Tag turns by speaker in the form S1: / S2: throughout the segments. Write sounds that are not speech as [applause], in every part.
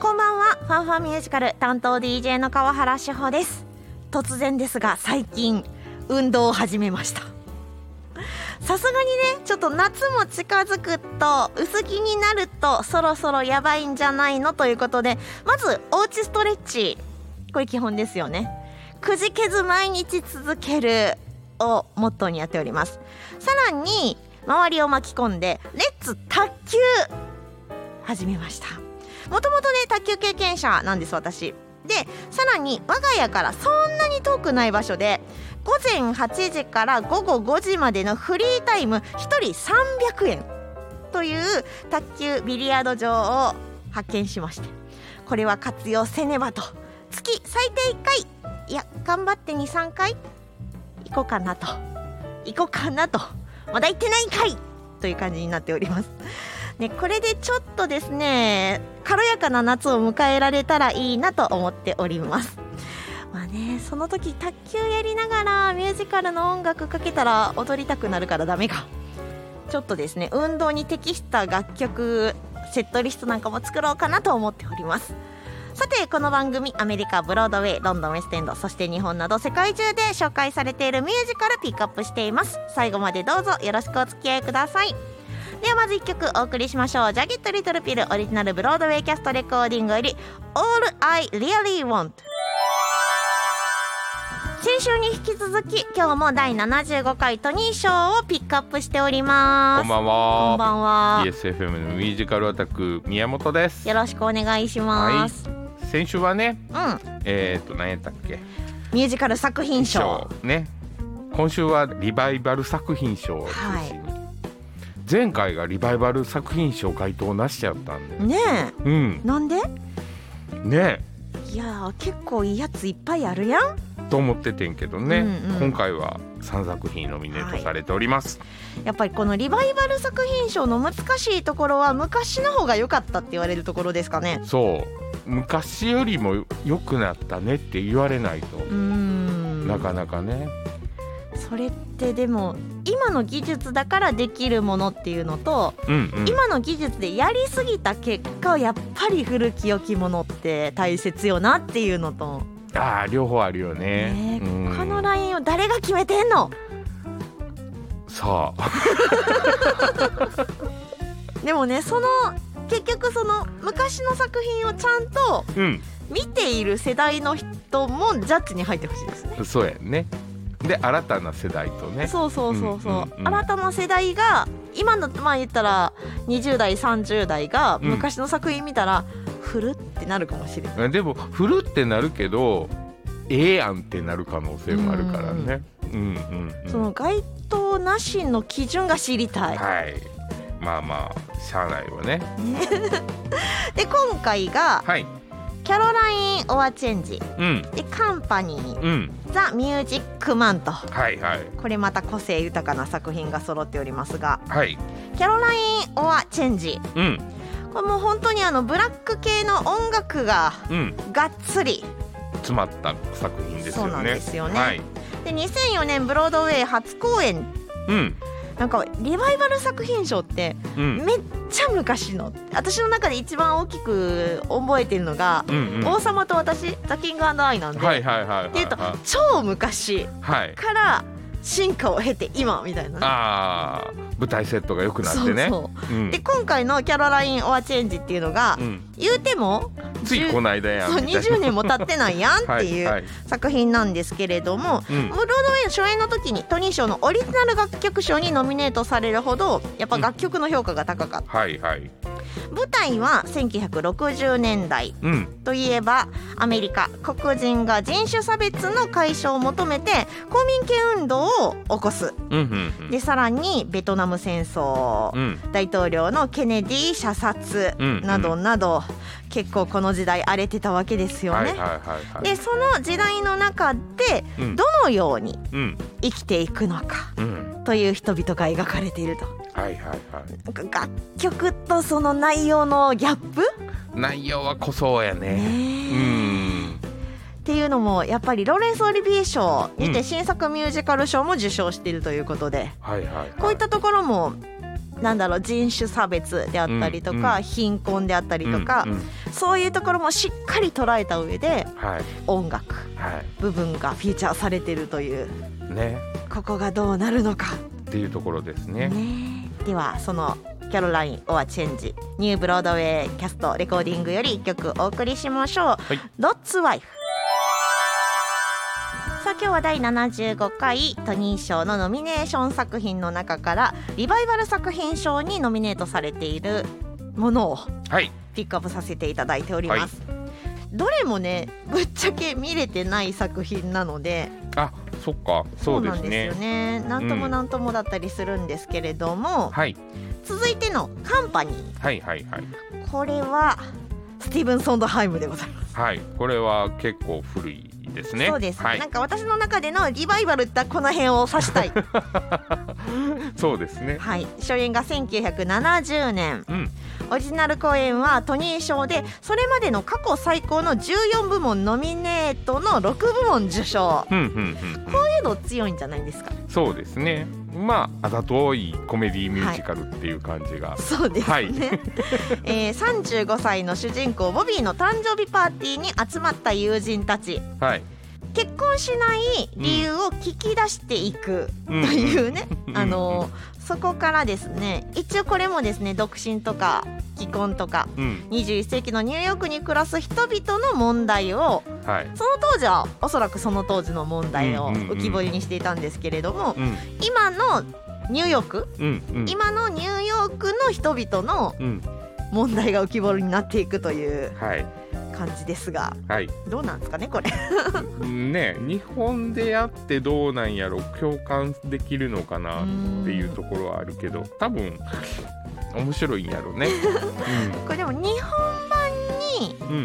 S1: こんばんはファンファンミュージカル担当 DJ の川原志保です突然ですが最近運動を始めましたさすがにねちょっと夏も近づくと薄着になるとそろそろやばいんじゃないのということでまずおうちストレッチこれ基本ですよねくじけず毎日続けるをモットーにやっておりますさらに周りを巻き込んでレッツ卓球始めましたもともとね卓球経験者なんです私でさらに我が家からそんなに遠くない場所で午前8時から午後5時までのフリータイム1人300円という卓球ビリヤード場を発見しましてこれは活用せねばと月最低1回いや頑張って23回行こうかなと行こうかなとまだ行ってないんかいという感じになっておりますね、これでちょっとですね軽やかな夏を迎えられたらいいなと思っておりますまあねその時卓球やりながらミュージカルの音楽かけたら踊りたくなるからダメかちょっとですね運動に適した楽曲セットリストなんかも作ろうかなと思っておりますさてこの番組アメリカブロードウェイロンドンウェステンドそして日本など世界中で紹介されているミュージカルピックアップしています最後までどうぞよろしくお付き合いくださいではまず1曲お送りしましょうジャケット・リトル・ピルオリジナルブロードウェイキャストレコーディングより「All I Really Want」先週に引き続き今日も第75回トニー賞をピックアップしております
S2: こんばん
S1: こ
S2: は。
S1: んばんは
S2: ESFM のミュージカルアタック宮本です。
S1: よろしくお願いします、
S2: 先週はね、
S1: うん
S2: えっ、と何やったっけ？
S1: ミュージカル作品賞
S2: ね。今週はリバイバル作品賞を中心に。前回がリバイバル作品賞該当なしちゃったんで。
S1: ね
S2: うん
S1: え。なんで
S2: ね。
S1: いやー結構いいやついっぱいあるやん
S2: と思っててんけどね。
S1: うんうん
S2: 今回は三作品ノミネートされております。
S1: やっぱりこのリバイバル作品賞の難しいところは昔の方が良かったって言われるところですかね
S2: そう。昔よりも良くなったねって言われないと。
S1: うーん
S2: なかなかね。
S1: それってでも今の技術だからできるものっていうのと、
S2: うんうん。
S1: 今の技術でやりすぎた結果やっぱり古き良きものって大切よなっていうのと、
S2: ああ両方あるよね。
S1: ねえ
S2: うん
S1: このラインを誰が決めてんの
S2: さあ、
S1: でもねその結局その昔の作品をちゃんと
S2: うん、
S1: 見ている世代の人もジャッジに入ってほしいですね。
S2: そうやね。で新たな世代とね。
S1: そうそうそうそう、
S2: うんうんうん
S1: 新たな世代が今のまあ言ったら20代30代が
S2: うん
S1: 昔の作品見たら、ふるってなるかもしれない
S2: でも振るってなるけど、ええやんってなる可能性もあるからね。うんうん、うん
S1: その該当なしの基準が知りたい、
S2: はい。まあまあしゃあないわね。
S1: で今回が
S2: はい。
S1: キャロライン・オアチェンジ
S2: うん
S1: でカンパニー
S2: うん
S1: ザ・ミュージック・マンと
S2: はいはい
S1: これまた個性豊かな作品が揃っておりますが
S2: はい
S1: キャロライン・オアチェンジ
S2: うん
S1: これもう本当にあのブラック系の音楽が
S2: うん
S1: がっつり
S2: 詰まった作品ですよ
S1: そ
S2: ね。
S1: うなんですよね
S2: はい。
S1: で2004年ブロードウェイ初公演
S2: うん
S1: なんかリバイバル作品賞って
S2: うん
S1: めっちゃ昔の私の中で一番大きく覚えてるのが
S2: うん
S1: 「
S2: うん。
S1: 王
S2: は
S1: 様と私ザ・キングアイ」なん
S2: い
S1: で、
S2: はいはいはい
S1: っていうと
S2: は
S1: 超昔
S2: い。はい。
S1: から進化を経て今みたいなね。
S2: ああ舞台セットが良くなっ
S1: そ
S2: て
S1: う
S2: ね。
S1: そう
S2: う
S1: で今回の「キャロライン・オア・チェンジ」っていうのが、
S2: んうん、
S1: 言うても
S2: ついこの間やん
S1: そう
S2: みたいな
S1: 20年も経ってないやんってい
S2: は
S1: う
S2: いはい
S1: 作品なんですけれども、
S2: うん
S1: ブロードウェイ初演の時にトニー賞のオリジナル楽曲賞にノミネートされるほどやっぱ楽曲の評価が高かった、
S2: はいはい
S1: 舞台は1960年代
S2: うん
S1: といえばアメリカ黒人が人種差別の解消を求めて公民権運動を起こす
S2: うんうんうん
S1: でさらにベトナム戦争、
S2: うん
S1: 大統領のケネディ射殺
S2: うん
S1: などなど、結構この時代荒れてたわけですよね。
S2: はいはいはいはい
S1: でその時代の中で
S2: うん
S1: どのように
S2: うん
S1: 生きていくのか
S2: うん
S1: という人々が描かれていると
S2: はいはいはい
S1: なんか楽曲とその内容のギャップ、
S2: 内容は濃そうやねう
S1: ねえ
S2: ん
S1: っていうのもやっぱりローレンス・オリビエ賞に
S2: う
S1: て
S2: ん
S1: 新作ミュージカル賞も受賞しているということで、
S2: はいはいはい
S1: こういったところもなんだろう人種差別であったりとか、
S2: うんうん
S1: 貧困であったりとか、
S2: うんうん
S1: そういうところもしっかり捉えた上で
S2: はい
S1: 音楽
S2: は
S1: 部分がフィーチャーされてるという
S2: いね
S1: ここがどうなるのか、
S2: っていうところですね
S1: ね、ではそのキャロライン・オア・チェンジニューブロードウェイキャストレコーディングより一曲お送りしましょう
S2: はい
S1: 「ロッツ・ワイフ」さあ今日は第75回トニー賞のノミネーション作品の中からリバイバル作品賞にノミネートされているものを
S2: はい
S1: ピックアップさせていただいております、どれもねぶっちゃけ見れてない作品なので
S2: あそっかそうです
S1: な
S2: ね
S1: んですよねなんともなんともだったりするんですけれども、
S2: はい
S1: 続いての「カンパニー
S2: はいはいはい」
S1: これはスティーブン・ソンドハイムでございます、
S2: はいこれは結構古いですね
S1: そうです、
S2: はい
S1: なんか私の中でのリバイバルってこの辺を指した
S2: [laughs]
S1: い
S2: そうですね
S1: はい初演が1970年
S2: うん
S1: オリジナル公演はトニー賞でそれまでの過去最高の14部門ノミネートの6部門受賞
S2: うんうんうんう
S1: こ
S2: ん
S1: ういうの強いんじゃないですか
S2: そうですねまああざといコメディミュージカルっていう感じが
S1: そうですね、
S2: はい
S1: えー、35歳の主人公ボビーの誕生日パーティーに集まった友人たち
S2: はい
S1: 結婚しない理由を聞き出していくと
S2: うん
S1: いうね、
S2: うん
S1: あのーそこからですね一応これもですね独身とか既婚とか
S2: うん
S1: 21世紀のニューヨークに暮らす人々の問題を
S2: はい
S1: その当時はおそらくその当時の問題を
S2: うんうんうん
S1: 浮き彫りにしていたんですけれども、
S2: うん
S1: 今のニューヨーク
S2: うんうん
S1: 今のニューヨークの人々の
S2: うん
S1: 問題が浮き彫りになっていくという
S2: はい
S1: 感じですが
S2: はい
S1: どうなんですかねこれ。
S2: ね日本でやってどうなんやろ共感できるのかなっていうところはあるけど多分面白いんやろ
S1: [laughs]
S2: ね。
S1: これでも日本版に
S2: うんう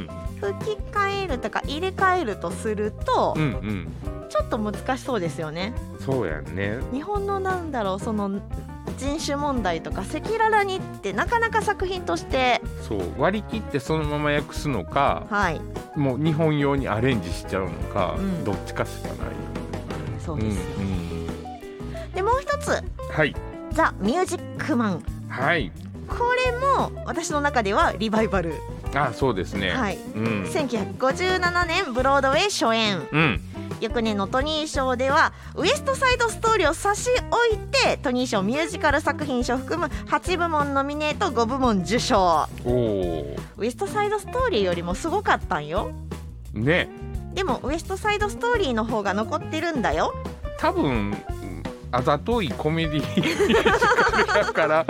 S2: ん
S1: 吹き替えるとか入れ替えるとすると
S2: うんうん
S1: ちょっと難しそうですよね。
S2: そうやんね。
S1: 日本のなんだろうその人種問題とか赤裸々にってなかなか作品として
S2: そう割り切ってそのまま訳すのか
S1: はい
S2: もう日本用にアレンジしちゃうのか、
S1: うん
S2: どっちかしかない。
S1: そううん
S2: う
S1: です、
S2: ん、
S1: でもう一つ
S2: はい
S1: 「ザ・ミュージックマン
S2: はい」
S1: これも私の中ではリバイバル、
S2: あそうですね。
S1: はい
S2: うん
S1: 1957年ブロードウェイ初演
S2: うん
S1: 翌年のトニー賞では「ウエスト・サイド・ストーリー」を差し置いてトニー賞ミュージカル作品賞を含む8部門ノミネート5部門受賞
S2: おお
S1: ウエスト・サイド・ストーリーよりもすごかったんよ
S2: ね
S1: でもウエスト・サイド・ストーリーの方が残ってるんだよ
S2: 多分うんあざといコメディ [laughs] だから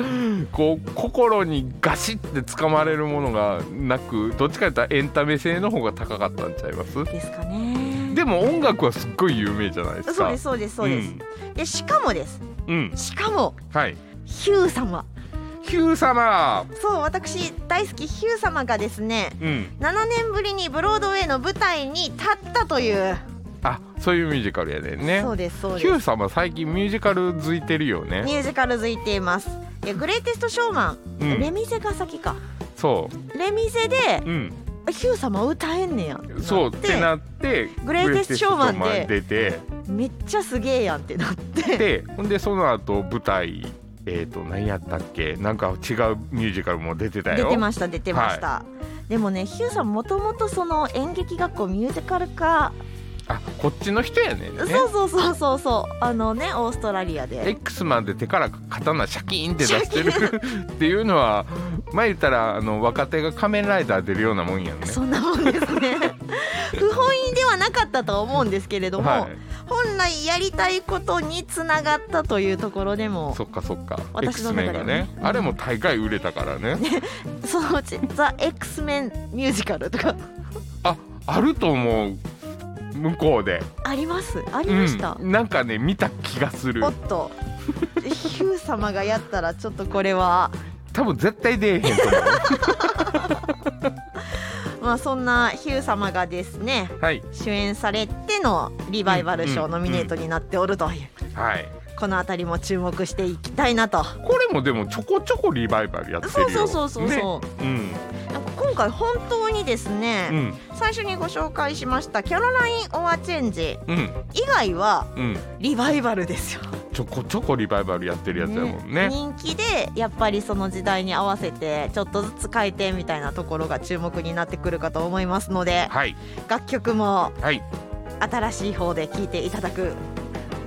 S2: こう心にガシッてつかまれるものがなくどっちかというとエンタメ性の方が高かったんちゃいます
S1: ですかね
S2: でも音楽はすっごい有名じゃないですか
S1: そうですそうですそうです、でしかもです
S2: うん、うん
S1: しかも
S2: はい
S1: ヒュー様
S2: ヒュー様
S1: そう私大好きヒュー様がですね
S2: うん
S1: 7年ぶりにブロードウェイの舞台に立ったという、
S2: あそういうミュージカルやねんね
S1: そうですそうです
S2: ヒュー様最近ミュージカルづいてるよ
S1: ミ
S2: ね
S1: ュージカル付いています。えグレイテストショーマン、
S2: うん
S1: レミゼが先か。
S2: そ
S1: レミゼで
S2: ううん
S1: ヒュー様歌えんねや。
S2: そうっ
S1: な
S2: てなって
S1: グレイテストショーマンで
S2: グレイテストショーマン出て
S1: めっちゃすげえやんってなって。
S2: でほんでその後舞台えっ、と何やったっけなんか違うミュージカルも出てた
S1: 出
S2: よ
S1: てました出てました。でもねヒューさんもともとその演劇学校ミュージカル科、
S2: あこっちの人やねんね
S1: そうそうそうそうそうあのねオーストラリアで
S2: X マンで手から刀シャキーンって出してる [laughs] っていうのは前言ったらあの若手が仮面ライダー出るようなもんやんね
S1: そんなもんです
S2: [laughs]
S1: ね不本意ではなかったとは思うんですけれども、
S2: はい
S1: 本来やりたいことにつながったというところでも
S2: そっかそっか
S1: 私
S2: X
S1: の
S2: メ
S1: 中では
S2: ンがね
S1: ね
S2: あれも大概売れたからね
S1: そのうち「ザ・ X メンミュージカル」と
S2: [laughs]
S1: か
S2: ああると思う向こうで
S1: ありますあり
S2: う
S1: ました、
S2: んなんかね見た気がする
S1: おっとヒュー様がやったらちょっとこれは
S2: 多分絶対出えへんと思
S1: [laughs] まあそんなヒュー様がですね
S2: うはい
S1: 主演されてのリバイバル賞ノミネートになっておるという、
S2: はい
S1: この辺りも注目していきたいなと
S2: これもでもちょこちょこリバイバルやってる
S1: そう
S2: よ
S1: そうそうそう
S2: ね
S1: そう、
S2: うん
S1: なんか今回本当にですね、
S2: うん
S1: 最初にご紹介しましたキャロライン・オア・チェンジ
S2: うん
S1: 以外は
S2: うん
S1: リバイバルですよ
S2: ちょこちょこリバイバルやってるやつやもんね
S1: 人気でやっぱりその時代に合わせてちょっとずつ変えてみたいなところが注目になってくるかと思いますので
S2: はい
S1: 楽曲も
S2: はい
S1: 新しい方で聴いていただく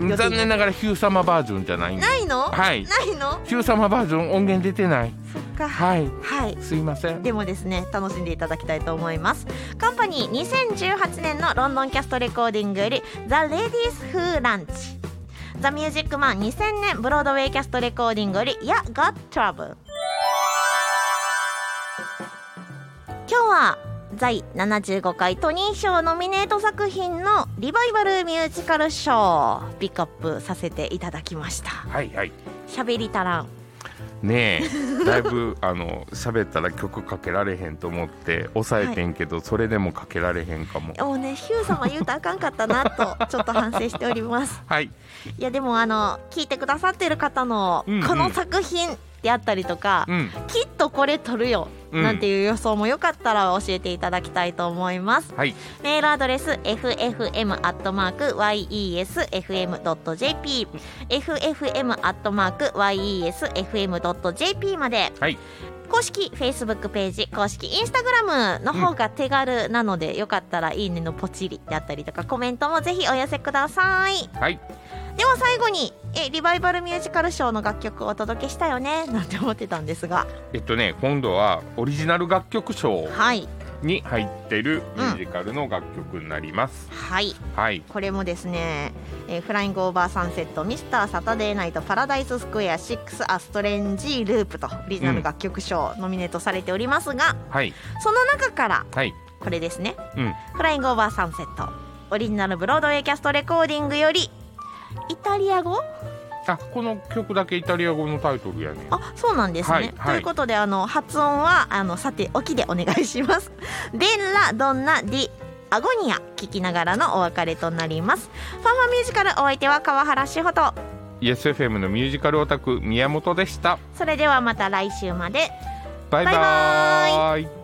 S1: 予定
S2: 残念ながらヒュー様バージョンじゃないんで
S1: ないの、
S2: はい
S1: ないの
S2: ヒュー様バージョン音源出てない
S1: そっか
S2: はい
S1: はい
S2: すいません
S1: でもですね楽しんでいただきたいと思いますカンパニー2018年のロンドンキャストレコーディングより「ザ・レディース・フー・ランチ」「ザ・ミュージックマン2000年ブロードウェイキャストレコーディングより「や Got Trouble」今日は在75回トニー賞ノミネート作品のリバイバルミュージカル賞をピックアップさせていただきました
S2: はいはい
S1: 喋りたらん
S2: ねえだいぶ [laughs] あの喋ったら曲かけられへんと思って抑えてんけど、それでもかけられへんかも
S1: もうねヒュー様言うとあかんかったなとちょっと反省しております
S2: はい
S1: いやでもあの聞いてくださってる方の
S2: うんうん
S1: この作品であったりとか、
S2: うん
S1: きっとこれ撮るよ
S2: うん
S1: なんていう予想もよかったら教えていただきたいと思います
S2: はい
S1: メールアドレス ffm.yesfm.jp ffm.yesfm.jp まで
S2: はい
S1: 公式 Facebook ページ公式 Instagram の方が手軽なので、よかったらいいねのポチリだったりとかコメントもぜひお寄せください
S2: はい
S1: では最後にえリバイバルミュージカルショーの楽曲をお届けしたよね [laughs] なんて思ってたんですが
S2: えっとね今度はオリジナル楽曲賞
S1: はい
S2: に入ってるミュージカルの楽曲になります、
S1: はい
S2: はい
S1: これもですね、えーフライングオーバーサンセットミスターサタデーナイトパラダイススクエア6アストレンジループとオリジナル楽曲賞ノミネートされておりますが、
S2: はい
S1: その中から
S2: はい
S1: これですね
S2: うん
S1: フライングオーバーサンセットオリジナルブロードウェイキャストレコーディングよりイタリア語
S2: あこの曲だけイタリア語のタイトルやね
S1: あそうなんですね。
S2: はいはい
S1: ということであの発音はあのさておきでお願いします。 [laughs] デンラドンナディアゴニア聞きながらのお別れとなります。ファンファンミュージカルお相手は川原志穂と
S2: YesFM のミュージカルオタク宮本でした
S1: それではまた来週まで
S2: バイバ
S1: バイ
S2: イ